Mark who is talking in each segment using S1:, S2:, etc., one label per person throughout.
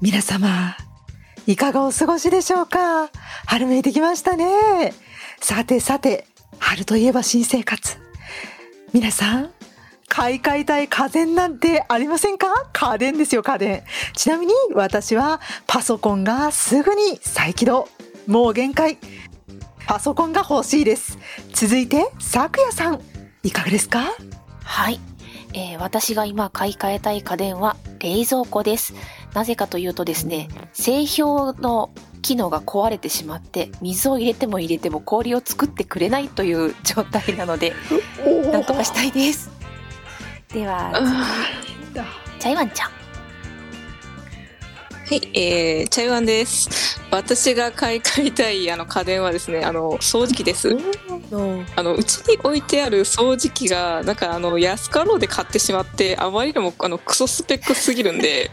S1: 皆様、いかがお過ごしでしょうか春めいてきましたね。さてさて、春といえば新生活。皆さん、買い替えたい家電なんてありませんか家電ですよ、家電。ちなみに私はパソコンがすぐに再起動。もう限界。パソコンが欲しいです。続いて、さくやさん、いかがですか
S2: はい。えー、私が今買い替えたい家電は冷蔵庫です。なぜかというとですね、製氷の機能が壊れてしまって、水を入れても入れても氷を作ってくれないという状態なので、なんとかしたいです。では、チャイワンちゃん。
S3: はい、えー、チャイワンです。私が買い替えたいあの家電はですね、あの掃除機です。あのうちに置いてある掃除機がなんかあの安かろうで買ってしまって、あまりにもあのクソスペックすぎるんで。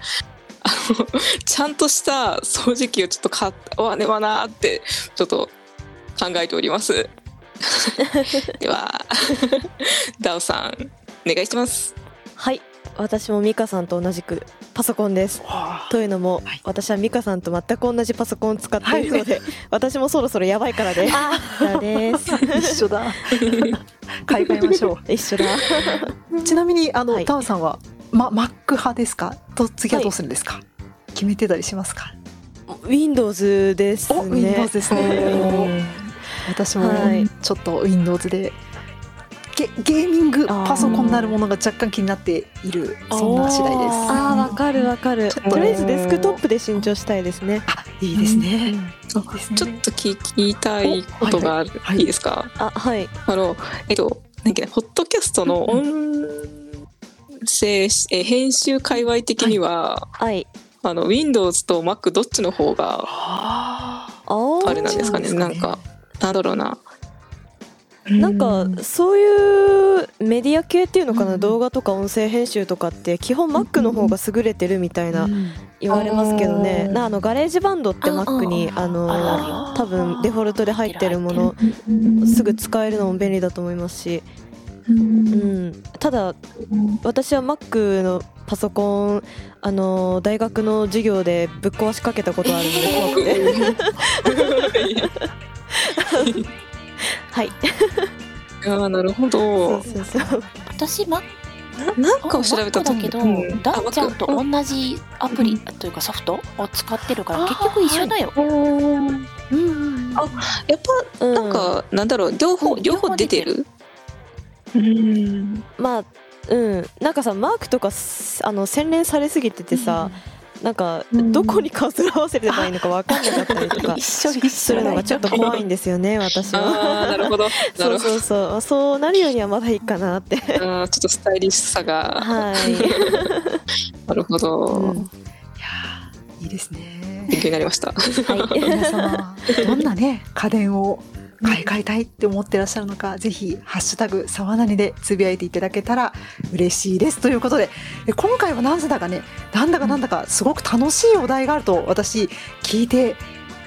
S3: あのちゃんとした掃除機をちょっと買わねばなってちょっと考えております ではダオさんお願いします
S4: はい私も美香さんと同じくパソコンです。というのも、はい、私は美香さんと全く同じパソコンを使っているので、はい、 私もそろそろやばいからです。
S1: 一緒だ。買い替えましょ
S4: う。一緒だ。
S1: ちなみにあの、はい、タオさんはま Mac 派ですか？と次はどうするんですか？はい、決めてたりしますか
S4: ？Windows ですね。
S1: Windows ですね。私もちょっと Windows で。ゲゲーミングパソコンなるものが若干気になっているそんな次第です
S4: あわかるわかるとりあえずデスクトップで新調したいですね
S1: あいいですね、
S3: ちょっと聞きたいことがある、はいい、いですか
S4: あはい
S3: あのえっとなんかポッドキャストの音声、え編集界隈的には、
S4: はい
S3: あの Windows と Mac どっちの方があれなんですかねなんかなんだろうな
S4: なんかそういうメディア系っていうのかな、うん、動画とか音声編集とかって基本 Mac の方が優れてるみたいな言われますけどね、うん、あのガレージバンドって Mac にあの多分デフォルトで入ってるものすぐ使えるのも便利だと思いますし、うん、ただ私は Mac のパソコンあの大学の授業でぶっ壊しかけたことある んで怖くて。はい。
S3: ああ、なるほど。そうそう
S2: そう私、ま、
S3: なんかを調べた
S2: だけど、ダンちゃんと同じアプリというかソフトを使ってるから結局一緒だよ。
S3: あ、やっぱ なんか、なんだろう、両方両方出てる。
S4: うん。まあ、うん、なんかさ、マークとかあの洗練されすぎててさ。なんかどこに顔すら合わせればいいのか分かんなかった りとかするのがちょっと怖いんですよね私は。
S3: なる ほど。
S4: そうそうそうそうなるようにはまだいいかなって。 ち
S3: ょっとスタイリッシュさが。。
S4: はい
S3: なるほど。い
S1: やいいですね。
S3: 勉強になりました。
S1: はい。皆様どんなね家電を買い替えたいって思ってらっしゃるのか、ぜひ、ハッシュタグ、さわなにでつぶやいていただけたら嬉しいです。ということで、今回はなぜだかね、なんだかなんだかすごく楽しいお題があると私、聞いて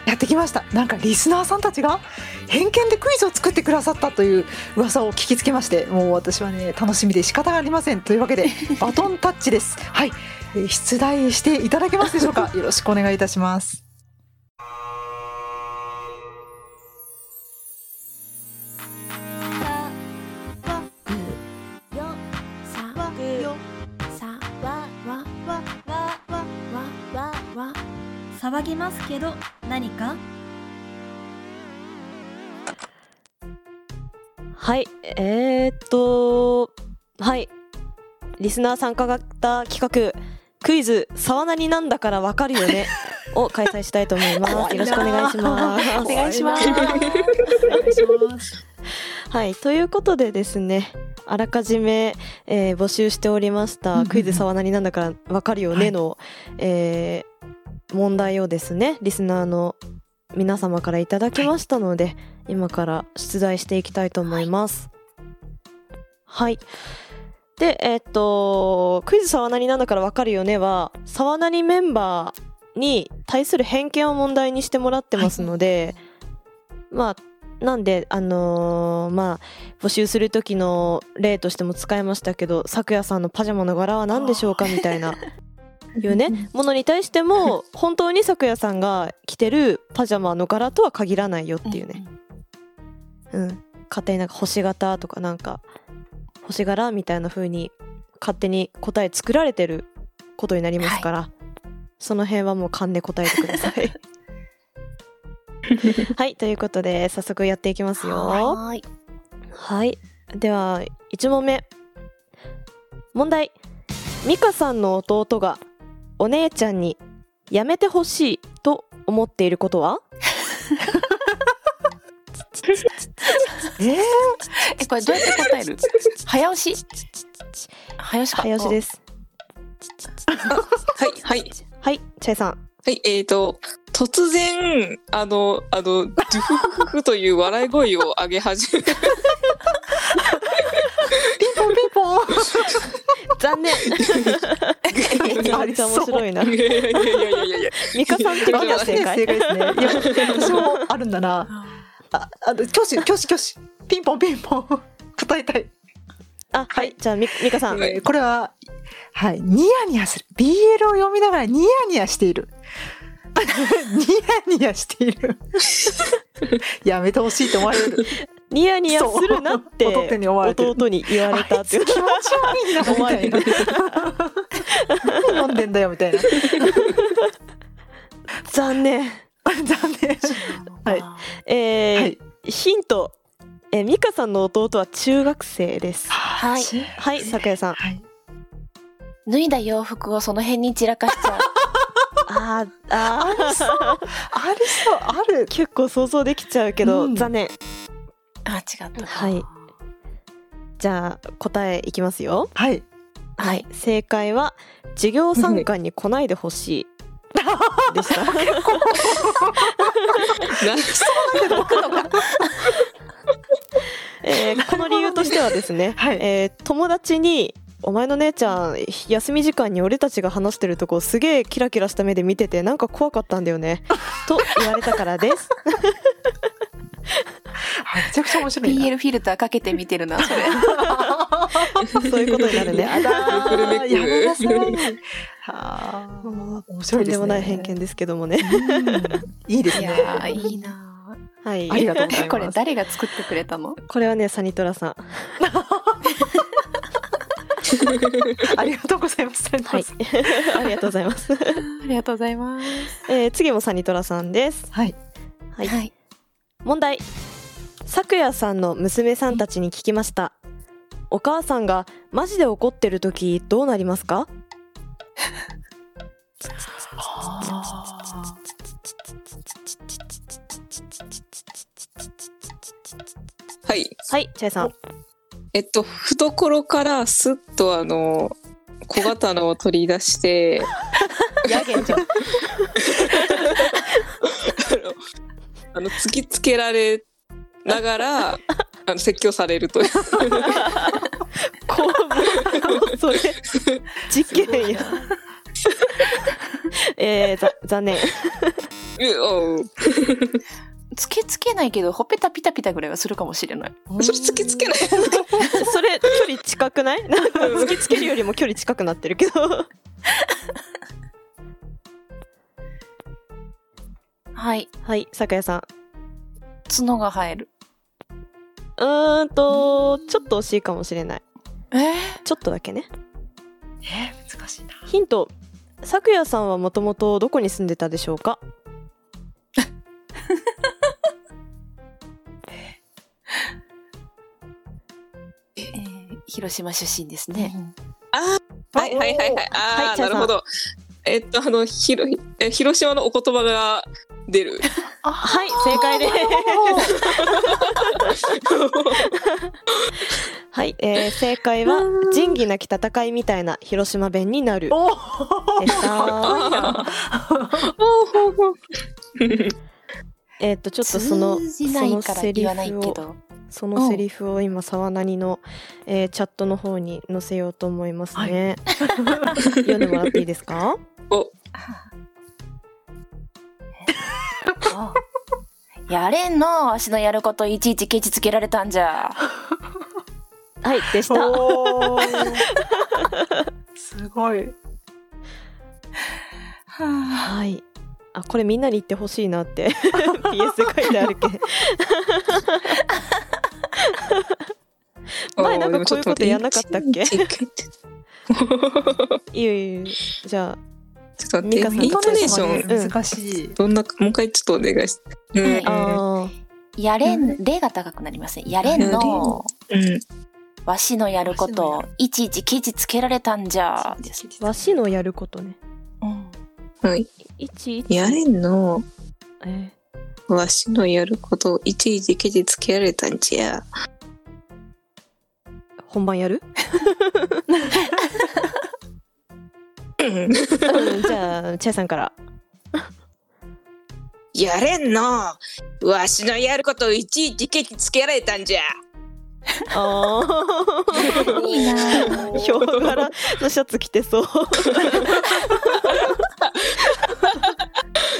S1: やってきました。なんかリスナーさんたちが偏見でクイズを作ってくださったという噂を聞きつけまして、もう私はね、楽しみで仕方がありません。というわけで、バトンタッチです。はい。出題していただけますでしょうか。よろしくお願いいたします。
S5: 騒ぎますけど何か
S4: はいえー、っとはいリスナー参加型企画クイズ「沢なになんだからわかるよ ね」を開催したいと思いますよろしくお願いします
S2: お願いします
S4: はいということでですねあらかじめ、えー、募集しておりました「クイズ沢なになんだからわかるよねの」の、はい、えー問題をですねリスナーの皆様からいただきましたので、はい、今から出題していきたいと思います。はい、はい、でえー、っと「クイズ沢なりなんだからわかるよねは」は沢なりメンバーに対する偏見を問題にしてもらってますので、はい、まあなんであのー、まあ募集する時の例としても使いましたけど「咲夜さんのパジャマの柄は何でしょうか?」みたいないうねものに対しても本当に咲夜さんが着てるパジャマの柄とは限らないよっていうね、うん、勝手になんか星型とかなんか星柄みたいな風に勝手に答え作られてることになりますから、その辺はもう勘で答えてください。はいということで早速やっていきますよ。
S2: はーい。
S4: はい。では、1問目。問題。ミカさんの弟がお姉ちゃんにやめてほしいと思っていることは
S1: ええ
S2: え、これどうやって答える 早押し早押しか。
S4: 早押しです。
S3: はい、はい。
S4: はい、チャイさん。
S3: はい、えーと、突然、あの、あの、ドゥフフフフという笑い声を上げ始め、
S1: ピンポンピンポン。
S4: 残 念。めちゃめちゃ面白いな。
S3: いやいやいやいやいやいや、
S4: ミカさん的 には正解。
S1: ですね。いや、私もあるんだな。あ、あの、挙手、挙手、挙手。ピンポンピンポン。答えたい。
S4: あ、はい。じゃあ、ミミカさん。
S3: はい
S1: えーこれは、はい、ニヤニヤする。BL を読みながらニヤニヤしている。 ニヤニヤしている。やめてほしいと思われる。
S4: ニヤニヤするなっ
S1: そ
S4: て
S1: う弟に思われてる
S4: 弟に言われ た
S1: あ
S4: っ
S1: い
S4: てい
S1: つ
S4: う
S1: 気持ち悪いな、
S4: 思われ
S1: みたいな。何読んでんだよ、みたいな。
S4: 残念。
S1: 残念。はい
S4: えー
S1: はい
S4: ヒント。えー、ミカさんの弟は中学生です。
S2: はい
S4: はい、さくやさん。
S1: はい。
S2: 脱いだ洋服をその辺に散らかしちゃう。
S4: あーあー
S1: ありそう、ある。
S4: 結構想像できちゃうけど、
S1: うん
S4: 残念
S2: あ、違った。
S4: はい。じゃあ答えいきますよ
S1: はい。
S2: はい。
S4: 正解は授業参観に来ないで ほしいでした
S3: な
S4: えーこの理由としてはですね、
S1: はい
S4: えー友達に「お前の姉ちゃん休み時間に俺たちが話してるとこすげえキラキラした目で見ててなんか怖かったんだよ ね」と言われたからです
S1: あめちゃくちゃ面白いな。
S2: PL フィルターかけてみてるな、それ。
S4: そういうことに なるね
S1: やだー
S3: ルメック
S1: やめなさい。はあ、面
S4: と
S1: 白
S4: ん
S1: いですね。
S4: でもない偏見ですけどもね
S1: うん。いいです
S2: い
S1: ね。
S2: やー、いいなー。
S4: はい
S1: ありがとうございます
S2: これ誰が作ってくれたの
S4: これはねサニトラさん
S1: ありがとうございます。
S4: はいありがとうござい ます
S2: ありがとうございます。
S4: えー次もサニトラさんです。
S1: はい。
S4: はい。
S2: はい。
S4: 問題。さくやさんの娘さんたちに聞きました。お母さんがマジで怒ってる時どうなりますか？
S1: あ
S3: はい。
S4: はい、チャイさん。
S3: えっと、懐からすっとあの、小刀を取り出して、
S4: やげんじゃん。
S3: あのあの、突きつけられながら、あの、説教される という。
S4: こう、 それ事件や。えー、ざ残念。
S3: うんうん
S2: つけつけないけど、ほっぺたピタピタぐらいはするかもしれない。
S1: ー
S3: それ突きつけない。
S4: それ距離近くない？なんか突きつけるよりも距離近くなってるけど。
S2: はい。
S4: はい、さくやさん。
S2: 角が生える。
S4: うーんとちょっと惜しいかもしれない。
S2: えー、
S4: ちょっとだけね。
S1: えー、難しいな。
S4: ヒント。さくやさんはもともとどこに住んでたでしょうか
S2: えー広島出身ですね。
S3: はいはいはいはい。あ
S4: はい
S3: あ、
S4: チャ
S3: な
S4: イさん
S3: るほど。えっと、あの、ひろえ広島のお言葉が出る。
S4: はい、正解です。 はい、えー正解は、仁義なき戦いみたいな広島弁になる
S1: お
S4: でした。
S3: あ
S4: えっと、ちょっとその、
S2: 通
S4: そ
S2: じない
S4: の
S2: から
S4: セ
S2: 言
S4: リ
S2: わないけ
S4: フを、
S2: ど。
S4: そのセリフを今、沢なにの、えーチャットの方に載せようと思いますね。読んでもらっていいですか
S2: やれんのわしのやることいちいちケチつけられたんじゃ。
S4: はい、でした。
S1: おーすごい。はあ
S4: はい。あ、これみんなに言ってほしい なって。PS で書いてあるけん。前なんかこういうことやんなかったっけ
S3: あーでもちょっと待って
S4: いいよいいよ。じゃ
S3: ちょっと待
S4: ミカ
S3: っ
S4: さん
S3: て、イントネーシ
S1: イ
S3: ョ
S1: ン
S3: ン、
S1: トネーションがね難しい。
S3: どんな、もう一回ちょっとお願いして。うん
S4: あ。ああ。
S2: やれん、れが高くなりません。やれんの、
S3: うん。
S2: わしのやること、いちいちケチつけられたんじゃ、です。
S4: わしのやることね。
S2: うん
S3: はい。
S4: いちいち。
S3: やれんの、
S4: え
S3: わしのやることをいちいちケチつけられたんじゃ。
S4: ー本番やる
S3: うん
S4: うんじゃ あ、チェさんから。
S3: やれんの、わしのやることをいちいちケチつけられたんじゃ。
S4: ああ。
S2: いいな ぁ
S4: ヒョウ柄のシャツ着て そう。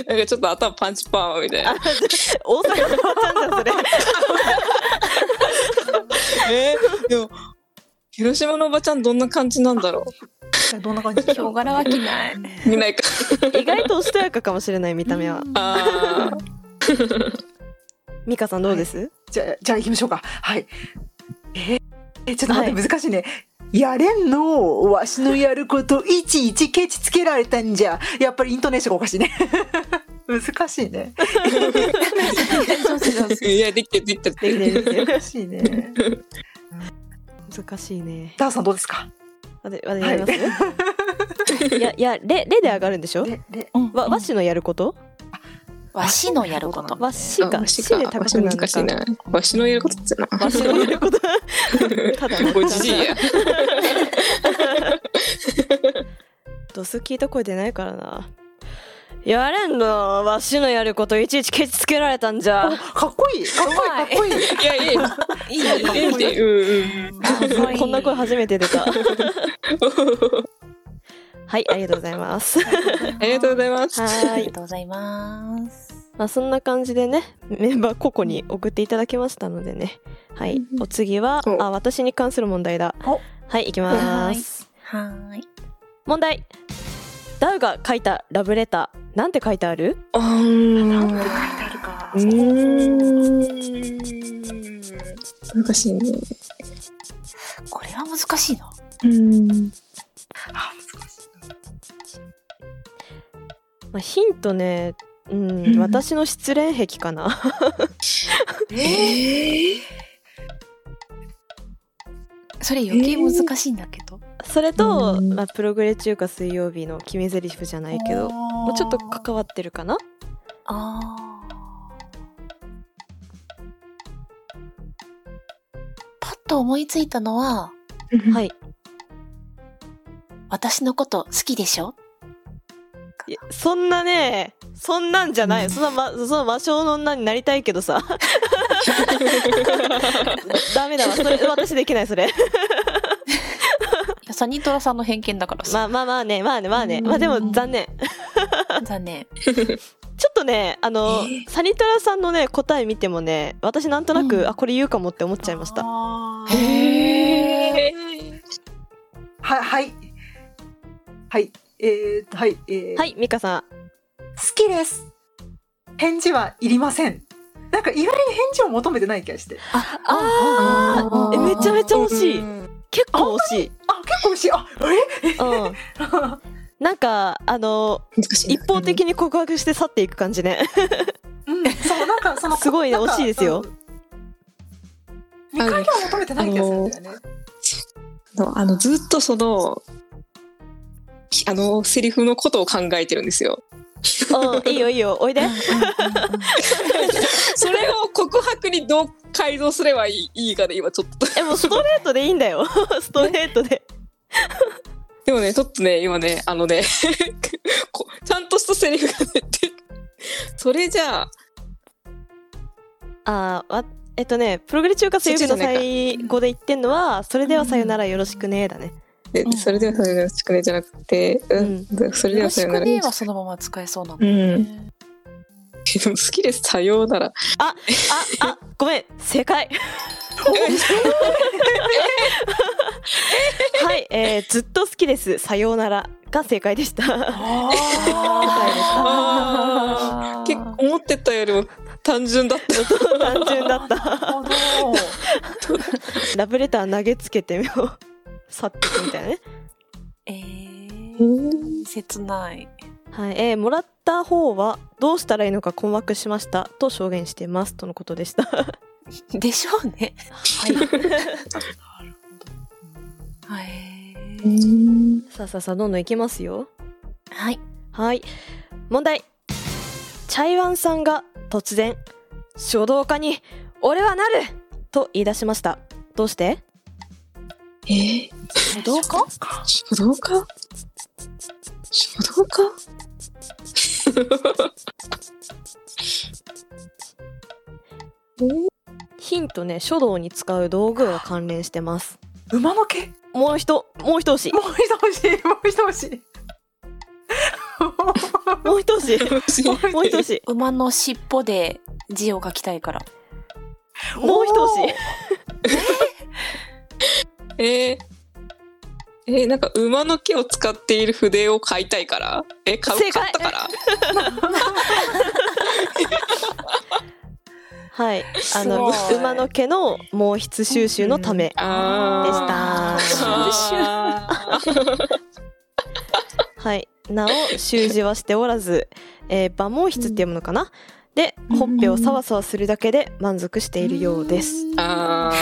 S3: なんかちょっと頭パンチパンみたいな。
S4: 大阪のばあちゃんじゃん、それ。
S3: えーでも、広島のおばちゃんどんな感じなんだろ
S1: どんな感じでし
S2: ヒ
S1: ょう
S2: ョウ柄は着ない。
S3: う見ないか。
S4: 意外とおしとやかかもしれない見た目は。
S3: あ
S4: ミカさんどうです、
S1: じゃあ、じゃあ行きましょうか。はい。えーえ、ちょっと待って、難しいね。やれんのわしのやることいちいちケチつけられたんじゃ。やっぱりイントネーションがおかしいね。 難しいね。
S3: あ。いや、できてるできてる。
S4: できてるできてる
S1: 難しい ね。
S4: 難しいね。
S1: ダーさんどうですか。
S4: わで、わでやります、い、や、いや、れ、れで上がるんでしょ
S1: で、で、
S2: うん
S4: わ、和紙のやること
S2: わしのやること。
S4: 和紙
S3: あ
S4: か。
S3: わし
S4: しで高
S3: わし
S4: くなる
S3: 難
S4: の
S3: しい
S4: か。
S3: な。わしのやることってな。
S4: 和紙のやること。 ただの
S3: ごじじいや。
S4: ドス聞いた声出ないからな。やれんの、わしのやることいちいちケチつけられたんじゃ。
S1: かっこいい。かっこいい。かっこいい。
S3: いやいや、
S2: いい
S3: 見て見て。うんうん。
S4: こんな声
S2: は
S4: 初めて出た。はい、ありがとうございます。
S3: ありがとうご
S2: い
S3: ざいます。
S2: あ
S4: は
S2: りが
S4: い。
S2: とうございます。
S4: まあそんな感じでね、メンバー個々に送っていただきましたのでね。はい。お次は、
S3: お
S4: あ、私に関する問題だ
S1: お。
S4: はい、いきます。
S2: はーい。
S4: 問題。ダウが書いたラブレター、なんて書いてある
S3: あー
S2: あるか
S3: うーん難しいね。
S2: これは難しいな。
S3: うん。
S1: あ難しい
S4: まあ、ヒントね、うん、
S3: うん
S4: 私の失恋癖かな。
S3: ええ。
S2: それ余計難しいんだけど。
S4: それと、
S3: うん。
S4: まあ、プログレ中華水曜日の決め台詞じゃないけど、もうちょっと関わってるかな
S2: あーパッと思いついたのは、
S4: はいい。
S2: 私のこと好きでしょ
S4: いやそんなね、そんなんじゃない。
S2: うん
S4: そんな、ま、その魔性の女になりたいけどさ。ダメだわ。それ、私できない、それ。
S2: いや、サニトラさんの偏見だから
S4: ま
S2: さ。
S4: あまあまあね、まあね、まあね。まあでも残念。
S2: 残念。
S4: ちょっとね、あの、
S3: え
S4: サニトラさんのね、答え見てもね、私なんとなく、
S2: うん
S4: あ、これ言うかもって思っちゃいました。
S1: は
S2: へ
S3: え
S1: はい。はい。えー、はい。えー、
S4: はい、ミカさん。
S1: 好きです。返事はいりません。なんか意外に返事を求めてない気がして。
S2: あ、
S4: あ
S2: あ
S4: えめちゃめちゃ惜しい。結構惜しい。
S1: あ、結構美味しい。あ、
S4: うん。なんか、あの、
S3: 難しいな。
S4: 一方的に告白して去っていく感じね。
S1: え。うん。そう、なんかその。
S4: すごいね
S1: なんか
S4: 惜しいですよ。
S1: 見返りを求めてない気がするんだよね。
S3: のあのずっとそのきあのセリフのことを考えてるんですよ。
S4: うん、いいよいいよ、お いで。
S3: それを告白にどう改造すればいいいいかで今ちょっと。
S4: え、もうストレートでいいんだ よ。ストレートで。
S3: でもねちょっとね今ねあのね こちゃんとしたセリフが出てそれじゃあ
S4: あーわ、えっとね、プログレ中華水曜日の最後で言ってんのは、それではさよならよろしくね、だね。
S3: で
S2: うん
S3: それではそれでは宿題じゃなくて、うんそれで
S2: よろ
S3: はそ
S2: し
S3: れ
S2: く
S3: なら
S2: ねーはそのまま使えそうなの。
S3: うんえでも好きです。さようなら。
S4: ああごめん正解 はい、えー、ずっと好きですさようならが正解でした
S3: あ結構思ってたよりも単純だった。
S4: 単純だった
S1: なるほど
S4: ラブレター投げつけてもう去っていくみたいなね
S2: え
S3: う
S2: ー、
S3: ん
S2: 切ない。
S4: はい、えー、もらった方はどうしたらいいのか困惑しましたと証言していますとのことでしたは
S2: でしょうね。
S4: い
S2: はい。
S4: さあさあさあどんどんいきますよ
S2: はい。
S4: はい問題チャイワンさんが突然書道家に「俺はなる!」と言い出しましたどうして
S3: えー、
S1: 書道 家
S3: 書道家書道家
S4: ヒントね書道に使う道具が関連してます
S1: 馬の毛
S4: もう一もう一押し
S1: もう一押しもう一押し
S4: もう一押し もう一押し
S2: 馬の尻尾で字を書きたいから。
S4: もう一押し
S3: えーえーなんか馬の毛を使っている筆を買いたいからえ買
S4: 正
S3: う
S4: 解
S3: 買ったから
S4: はいあの
S2: すごい
S4: 馬の毛の毛筆収集のためでし
S3: あ
S4: た
S3: ーでした
S4: はい。なお、習字はしておらず、えー、馬毛筆って読むのかなで、ほっぺをさわさわするだけで満足しているようです。
S3: あ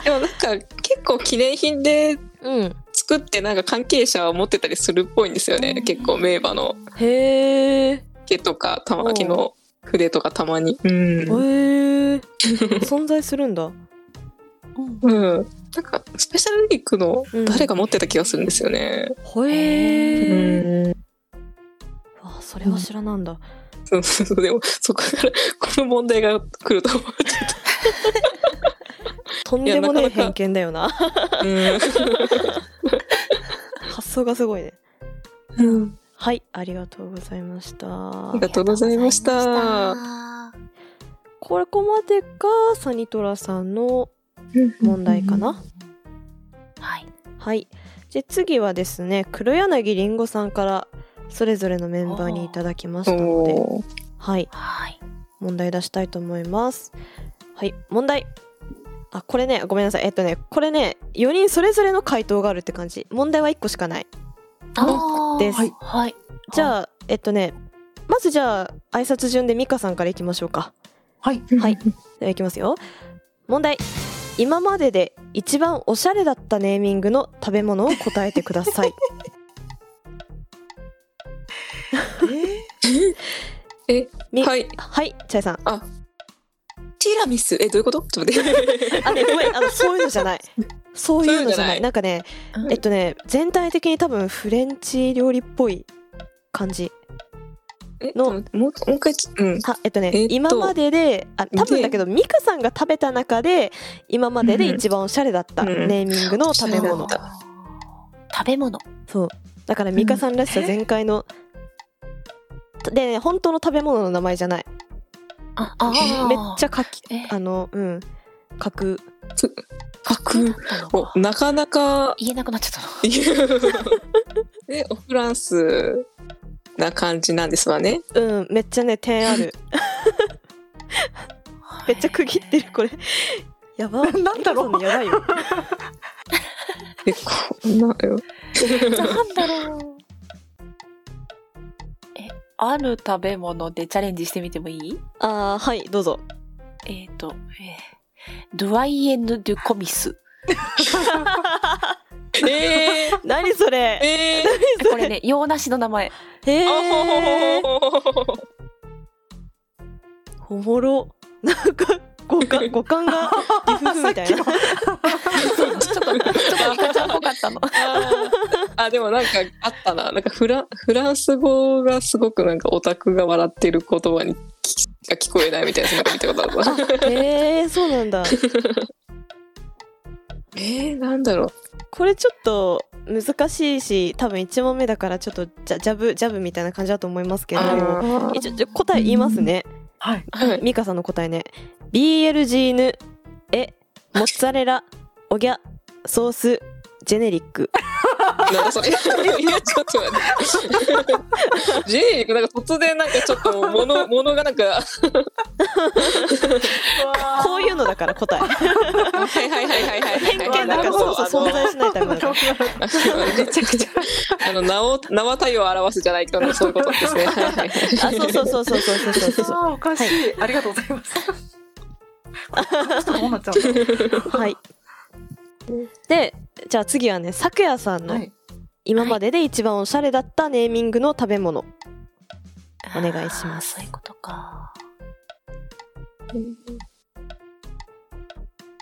S3: ーでもなんか結構記念品で
S4: うん。
S3: 作ってなんか関係者は持ってたりするっぽいんですよね結構名馬の
S4: へえ。
S3: 毛とかたま毛の筆とかたまにうん
S4: へ ー存在するんだ。
S3: うん、なんかスペシャルウィークの誰が持ってた気がするんですよね。う
S4: へえ。
S3: ん、
S4: わあ、それは知らなんだ。
S3: そうそうそうでもそこからこの問題が来ると思っ
S4: とんでもね
S3: いやな
S4: え
S3: かなか
S4: 偏見だよな。
S3: た。 う
S4: 発想がすごいね。
S3: ん、
S4: はい、ありがとうございました。
S3: ありがとうございました。
S4: ここまでがサニトラさんの問題かな。
S2: はい。
S4: はい。じゃあ次はですね、黒柳りんごさんからそれぞれのメンバーにいただきましたので、
S3: おー
S4: はい、
S2: はい。
S4: 問題出したいと思います。はい、問題。あ、これね、ごめんなさい。えっとね、これね、4人それぞれの回答があるって感じ。問題は1個しかない。
S2: あー
S4: です
S2: はいはい。
S4: じゃあ、えっとね、まずじゃあ、挨拶順でミカさんからいきましょうか。
S1: はい
S4: はい。では、いきますよ。問題。今までで一番おしゃれだったネーミングの食べ物を答えてくださ い。み
S3: はい、
S4: はい、チャイさん。
S3: ティラミスえどういうこと？ちょっと待って。
S4: あねごめんあのそういうのじゃ ないそういうのじ
S3: そういうの
S4: ゃない
S3: じゃない
S4: なんかね
S2: うん
S4: えっとね全体的に多分フレンチ料理っぽい感じ
S3: え
S4: の
S3: のもうもう一回ちうん
S4: あえっとね、
S3: えっと
S4: 今までであ多分だけどミカさんが食べた中で今までで一番おしゃれだった
S3: うんうん
S4: ネーミングの食べ
S3: おしゃれ
S4: 物、
S3: だった
S2: 食べ物。
S4: そうだからミカさんらしさ全開の、でね本当の食べ物の名前じゃない
S2: あ、あー
S4: めっちゃ書き
S2: えー
S4: あのうん書く
S2: 楽だったのか
S3: おなかなか
S2: 言えなくなっちゃったの。
S3: でおフランスな感じなんですわね。
S4: うんめっちゃね点ある めっちゃ区切ってるこれやば
S1: なんだろう
S4: ミカさやばいよ
S3: えこんなよ
S2: なんだろう。え、ある食べ物でチャレンジしてみてもいい
S4: ああはいどうぞ
S2: えっ、ー、と、えードゥワイエンヌ・デュ・コミス。
S3: え
S4: 何そ
S3: ー、
S4: れ
S3: え
S2: これね、洋梨の名前。
S4: へ
S3: ー、
S4: え
S3: ー
S4: おもろなんか五感五感がリフフみたいな
S2: そうちょっと、ちょっとミカちゃんっぽかった の。
S3: あーあでもなんかあったななんかフラフランス語がすごくなんかオタクが笑ってる言葉にきが聞こえないみたいななんか見たことあるわ
S4: へえそうなんだ
S3: えー、なんだろう。
S4: これちょっと難しいし多分1問目だからちょっとジャジャブジャブみたいな感じだと思いますけど
S3: あ
S4: 一応ちょ答え言いますね
S1: はい。
S3: はい。
S4: ミカさんの答えね BLG ヌえモッツァレラおぎゃソースジェネリック
S3: なんだ それ。いや、ちょっと待って。ジェネリック、なんか突然なんかちょっと物、物がなんか、は
S4: こういうのだから答え
S3: いはいはいはいはい。
S4: 偏見だからそうそう存在しないためだから
S1: めちゃくちゃ。
S3: あの、名を、名は体を表すじゃないけど、そういうことですね。はい はい
S4: あそうそうそうそうそうそうそうそう
S1: ああ、おかしい,、ありがとうござい ます。どうなっちゃうの
S4: はい。で、じゃあ次はね、さくやさん
S1: は
S4: の
S1: い。
S4: 今までで一番おしゃれだったネーミングの食べ物。お願いしま
S2: あー
S4: す
S2: そういうことか。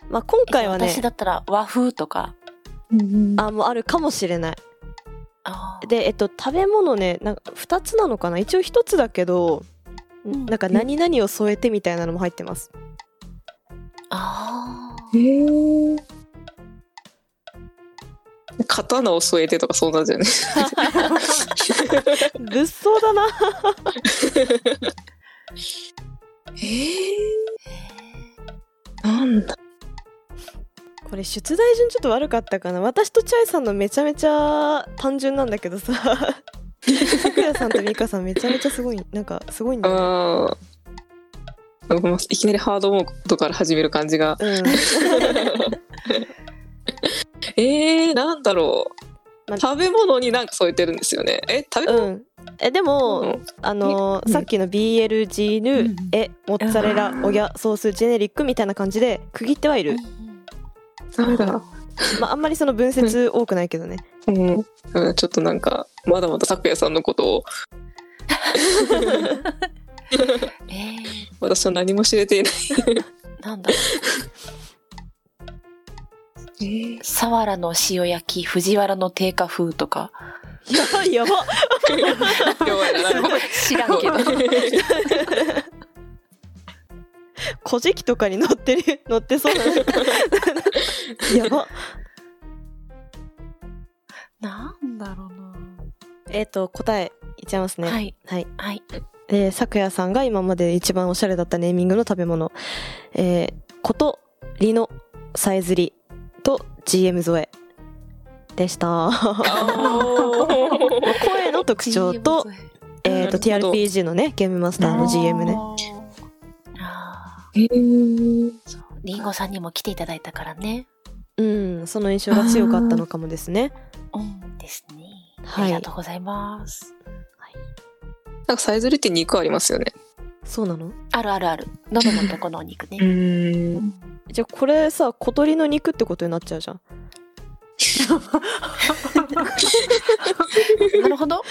S4: まあ今回は
S2: え
S4: ね
S2: 私、だったら和風とか。
S4: あ、もうあるかもしれない。
S2: あー
S4: で、えっと、食べ物ね、なんか2つなのかな一応1つだけど、
S2: ん
S4: なんか何々を添えてみたいなのも入ってます。
S2: あー。
S3: 刀を添えてとかそうなんじゃね。
S4: 物騒だな。
S3: なんだ。
S4: これ出題順ちょっと悪かったかな私とチャイさんのめちゃめちゃ単純なんだけどささくやさんとみかさんめちゃめちゃすごいなんかすごいんだよね
S3: ああ。なんかもういきなりハードモードから始める感じが。
S4: うん
S3: えー、なんだろ
S4: ま
S3: う。食べ物になんか添えてるんですよね。え、食べ
S4: うん、えでも、
S3: うん
S4: あの
S3: うん
S4: さっきの BLG ヌ、
S1: うん
S4: えモッツァレラおぎゃソースジェネリックみたいな感じで区切ってはいる、
S3: なんだ。
S4: まあ、あんまりその分節多くないけどね
S3: うんうん。ちょっとなんか、まだまだ咲夜さんのことを、
S2: えー、
S3: 私は何も知れていない。
S2: なんだろう。サワラの塩焼き、藤原の定価風と か。
S4: いややば
S3: 弱いな、なんか。
S2: 知らんけど。
S4: 「古事記」とかに載ってる 載ってそうなやば
S2: なんだろうな。
S4: えっ、と答えいっちゃいますね
S2: はい。
S4: はい
S2: はい。
S4: えーさくやさんが今までで一番おしゃれだったネーミングの食べ物えーことりのさえずりと GM 添えでした 声の特徴と、えー、と
S3: なるほど
S4: TRPG のねゲームマスターの GM ね。
S2: あ
S3: えー
S2: ーリンゴさんにも来ていただいたからね。
S4: うんその印象が強かったのかもですね
S2: うんですね。
S4: はい
S2: ありがとうございます。
S3: なんかサイズリって肉ありますよね。
S4: そうなの
S2: あるあるある。喉のとこのお肉ね。
S3: ん。
S4: じゃあこれさ小鳥の肉ってことになっちゃうじゃん
S2: なるほど。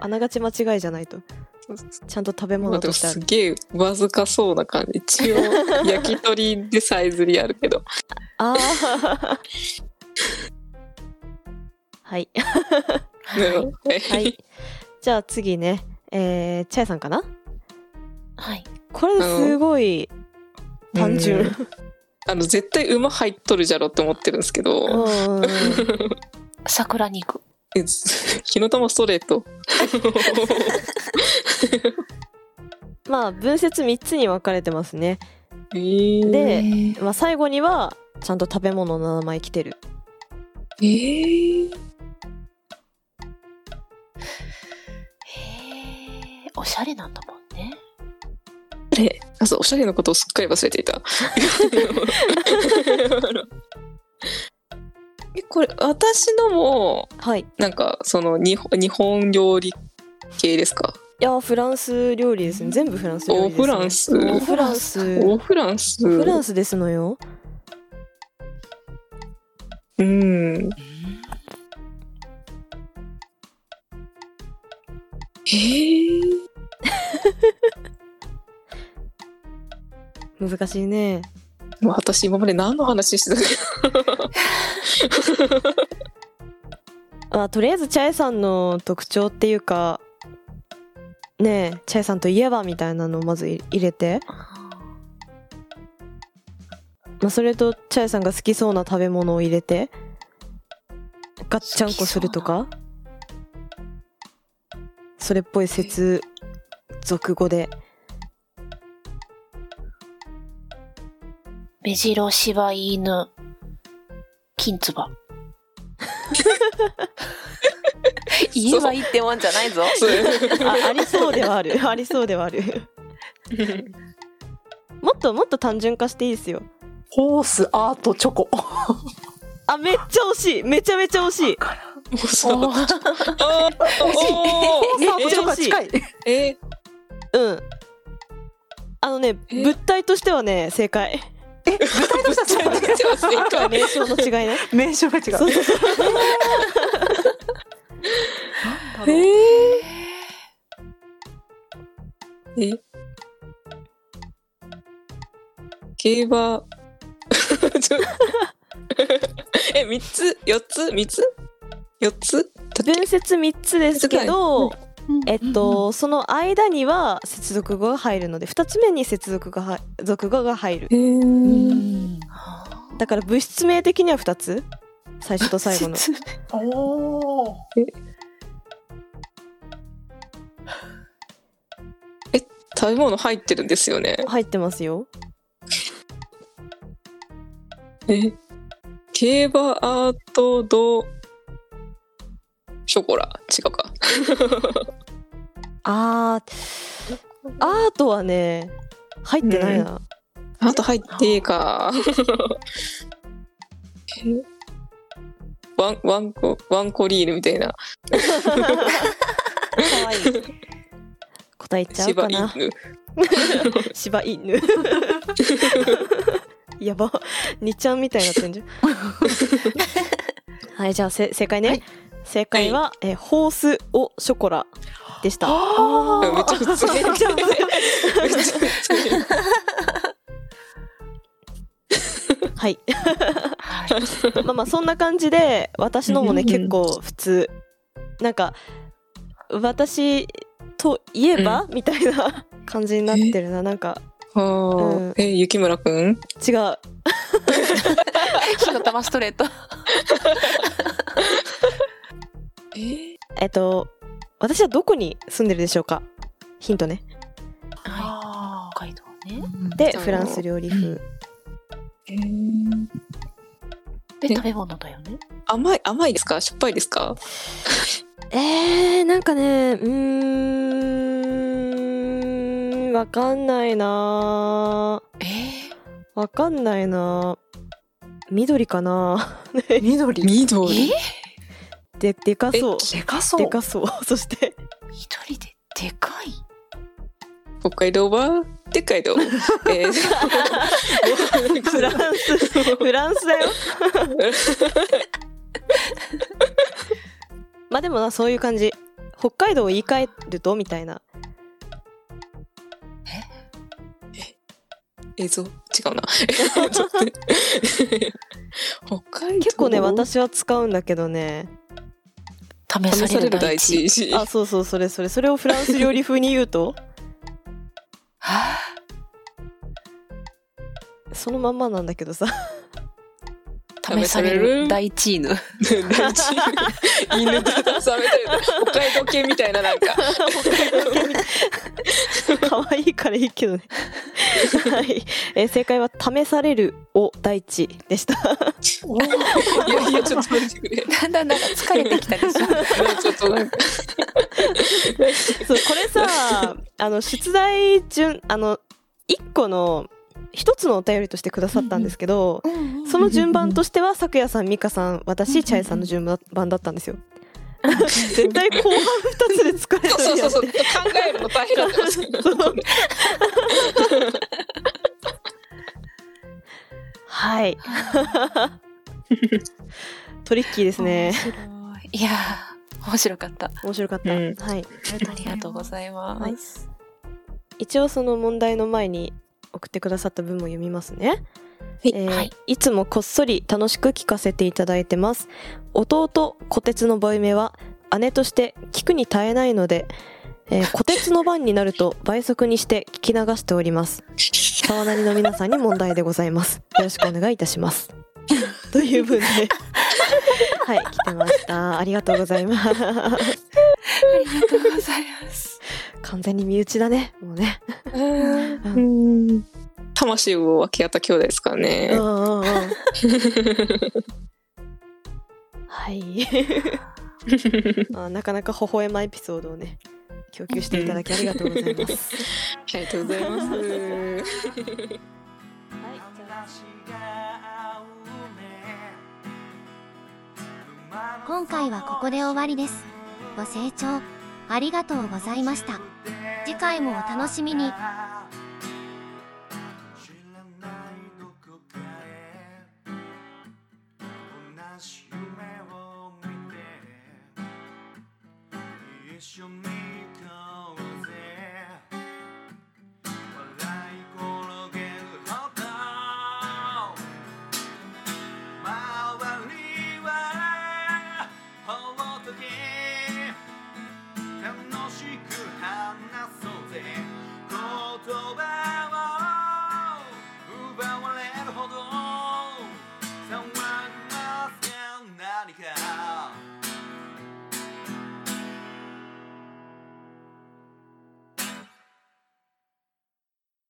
S4: あながち間違いじゃないとちゃんと食べ
S3: まあ
S4: 物
S3: で
S4: と
S3: も
S4: してあ
S3: す
S4: る
S3: げえわずかそうな感じ。一応焼き鳥でサイズリあるけど。
S4: あー
S2: は
S4: はい
S2: い。
S4: は
S3: はい。
S4: いじゃあ次ねえー、チャイさんかな
S2: はい。
S4: これすごい単純
S3: うんあの絶対馬入っとるじゃろって思ってるんですけ
S4: うん
S3: ど。
S4: うんうん
S2: 桜肉。
S3: え火の玉ストレー ト。
S4: まあ分節3つに分かれてますね
S3: えー
S4: で、まあ、最後にはちゃんと食べ物の名前来てる
S3: えー
S2: へえ。おしゃれなんだもんね。
S3: であそうおしゃれのことをすっかり忘れてい た。えこれ私のも
S4: はいい
S3: なんかその日本日本料理系ですか
S4: やフランス料理ですね全部フランス料
S3: お
S4: 理です、ね、
S3: フランス
S4: おフランス
S3: おフランス
S4: フランスですのよ
S3: うんえー、
S4: 難しいね
S3: もう私今まで何の話してたか
S4: まあとりあえずチャエさんの特徴っていうかねえチャエさんといえばみたいなのをまず入れて
S2: あ
S4: まあ、それとチャイさんが好きそうな食べ物を入れてガッチャンコするとかそれっぽい接続語で
S2: 目白柴犬金つば言えばいいってもんじゃないぞ
S3: そう
S4: あありそうではあるありそうではあるもっともっと単純化していいですよ
S1: ホースアートチョコ
S4: あめっちゃ惜しいめちゃめちゃ惜しい
S3: もうそう
S2: おー
S3: あー
S1: ホースアートチョコが近い
S3: おーえ
S4: うんあのね
S3: え
S4: 物体としてはね正解
S1: え具体としては違
S3: ー、ちょっと
S4: あとは名称の違いね
S1: う名称が違
S4: そう
S1: う
S4: そうそう
S3: ええ競馬 ちょ え三つ四つ三つ四つだっけ
S4: 文節3つですけど、えっと、その間には接続語が入るので2つ目に接続がは続語が入る
S3: えー、
S4: だから物質名的には2つ最初と最後の
S2: 説明
S1: おお
S3: 食べ物入ってるんですよね
S4: 入ってますよ
S3: え競馬アートドショコラ違うか
S4: あーアートはね入ってないな、
S3: アート入ってかえワンワンコワンコリールみたいな
S4: かわいい答え言っちゃう
S3: 柴
S4: かな
S3: 犬
S4: 柴犬やばにちゃんみたいになってん じゃんはいじゃあせ正解ね、
S1: はい
S4: 正解は、えーホースオショコラでした
S1: あ
S3: めっちゃ普通
S1: めっちゃ普通
S4: はい。まあまあそんな感じで私のもね
S3: うん
S4: 結構普通なんか私といえば、みたいな感じになってるななんか
S3: あ ー
S4: うん
S3: え雪村くん
S4: 違う
S2: 火の玉ストレート
S3: え
S4: えっと私はどこに住んでるでしょうかヒントね
S2: はい
S1: あ
S2: 北海道ね
S1: ー
S4: で
S3: そう
S4: フランス料理風
S2: で
S3: ね
S2: 食べ物だよね
S3: 甘い甘いですかしょっぱいですか
S4: えー、なんかねうーんわかんないな
S2: え
S4: わかんないな緑かな
S1: 緑
S2: ー、
S3: 緑
S2: え
S4: ででかそう
S1: でかそう
S4: でかそう そして
S2: 緑ででかい
S3: 北海道はでっかい 道えー
S4: フランスフランスだよまあでもなそういう感じ北海道を言い換えるとみたいな
S3: 映像違うな ちょっと北海道
S4: 結構ね私は使うんだけどね
S2: 試
S3: 試
S2: さ
S3: さ
S2: れ
S3: れ
S2: る
S3: る
S2: 大
S3: 大
S2: 地
S3: 地し
S4: あそうそうそれそれそれをフランス料理風に言うと
S2: はあ
S4: そのまんまなんだけどさ
S2: 試される第一犬。
S3: 大地犬で出されたり北海道犬みたいななんか
S4: 可愛いからいいけどね はい、えー正解は「試される」を大地でした
S3: いやいやちょっと待ってくれ
S2: だんだんなんか疲れてきたでしょ。
S3: なんかちょっとなんか
S4: そうこれさ あの出題順あの1個の一つのお便りとしてくださったんですけど、 その順番としてはさくやさん美香さん私チャイさんの順番だったんです よ絶対後半2つで疲れた
S3: そうそうそう
S4: う
S3: 考えるの大変だったんですけど
S4: そう はい。トリッキーです
S2: 面。
S4: ね
S2: 白い。いやー、面白かった。
S4: 面白かった。
S3: うん
S4: はい。
S2: ありがとうございます。
S4: はい一応その問題の前に送ってくださった文も読みますね。
S3: い
S4: えー
S2: はい
S4: い、つもこっそり楽しく聞かせていただいてます。弟、小鉄のボイメは、姉として聞くに耐えないので、ええ ー、小鉄の番になると倍速にして聞き流しております。沢なりの皆さんに問題でございます。よろしくお願いいた します。という文で。はい、来てました。ありがとうございます。
S2: りがとうございます。
S4: 完全に身内だね。もうね。
S3: うん 魂を分け合った兄弟ですから
S4: う
S3: ね。
S4: んうんうん。はい。まあ、なかなか微笑まエピソードをね、供給していただきありがとうございます。
S3: ありがとうございます。
S6: 今回はここで終わりですご清聴ありがとうございました次回もお楽しみ
S7: 知
S6: に
S7: らないどこかへ同じ夢を見て一緒に行こうぜ笑い転げるほど周りはほっとけ楽しく話そうぜ